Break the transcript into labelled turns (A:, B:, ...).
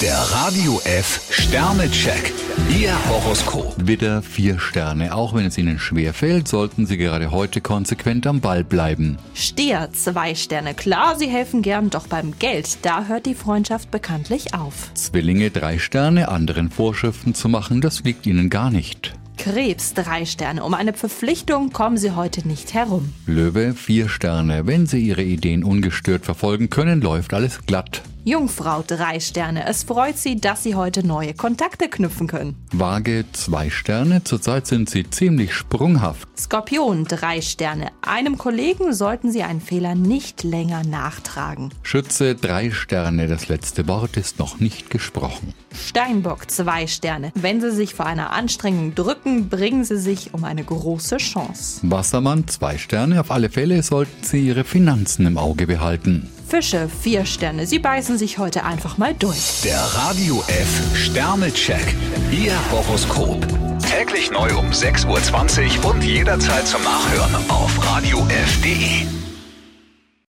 A: Der Radio F Sternecheck. Ihr Horoskop.
B: Widder vier Sterne. Auch wenn es Ihnen schwer fällt, sollten Sie gerade heute konsequent am Ball bleiben.
C: Stier, zwei Sterne. Klar, sie helfen gern, doch beim Geld, da hört die Freundschaft bekanntlich auf.
B: Zwillinge drei Sterne. Anderen Vorschriften zu machen, das liegt Ihnen gar nicht.
C: Krebs, drei Sterne. Um eine Verpflichtung kommen sie heute nicht herum.
B: Löwe vier Sterne. Wenn Sie Ihre Ideen ungestört verfolgen können, läuft alles glatt.
C: Jungfrau, drei Sterne. Es freut sie, dass sie heute neue Kontakte knüpfen können.
B: Waage zwei Sterne. Zurzeit sind Sie ziemlich sprunghaft.
C: Skorpion, drei Sterne. Einem Kollegen sollten sie einen Fehler nicht länger nachtragen.
B: Schütze drei Sterne. Das letzte Wort ist noch nicht gesprochen.
C: Steinbock, zwei Sterne. Wenn sie sich vor einer Anstrengung drücken, bringen sie sich um eine große Chance.
B: Wassermann zwei Sterne. Auf alle Fälle sollten Sie Ihre Finanzen im Auge behalten.
C: Fische, vier Sterne. Sie beißen sich heute einfach mal durch.
A: Der Radio F Sternecheck. Ihr Horoskop. Täglich neu um 6.20 Uhr und jederzeit zum Nachhören auf Radio radiof.de.